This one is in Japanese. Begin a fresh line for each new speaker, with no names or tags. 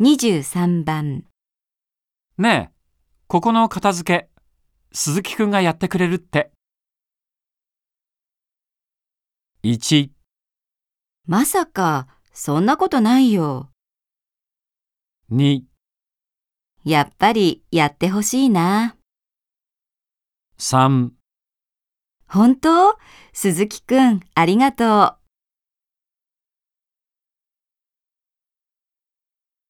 23番、
ねえ、ここの片付け、鈴木くんがやってくれるって。1、
まさか、そんなことないよ。
2、
やっぱりやってほしいな。
3。
本当鈴木くん、ありがとう。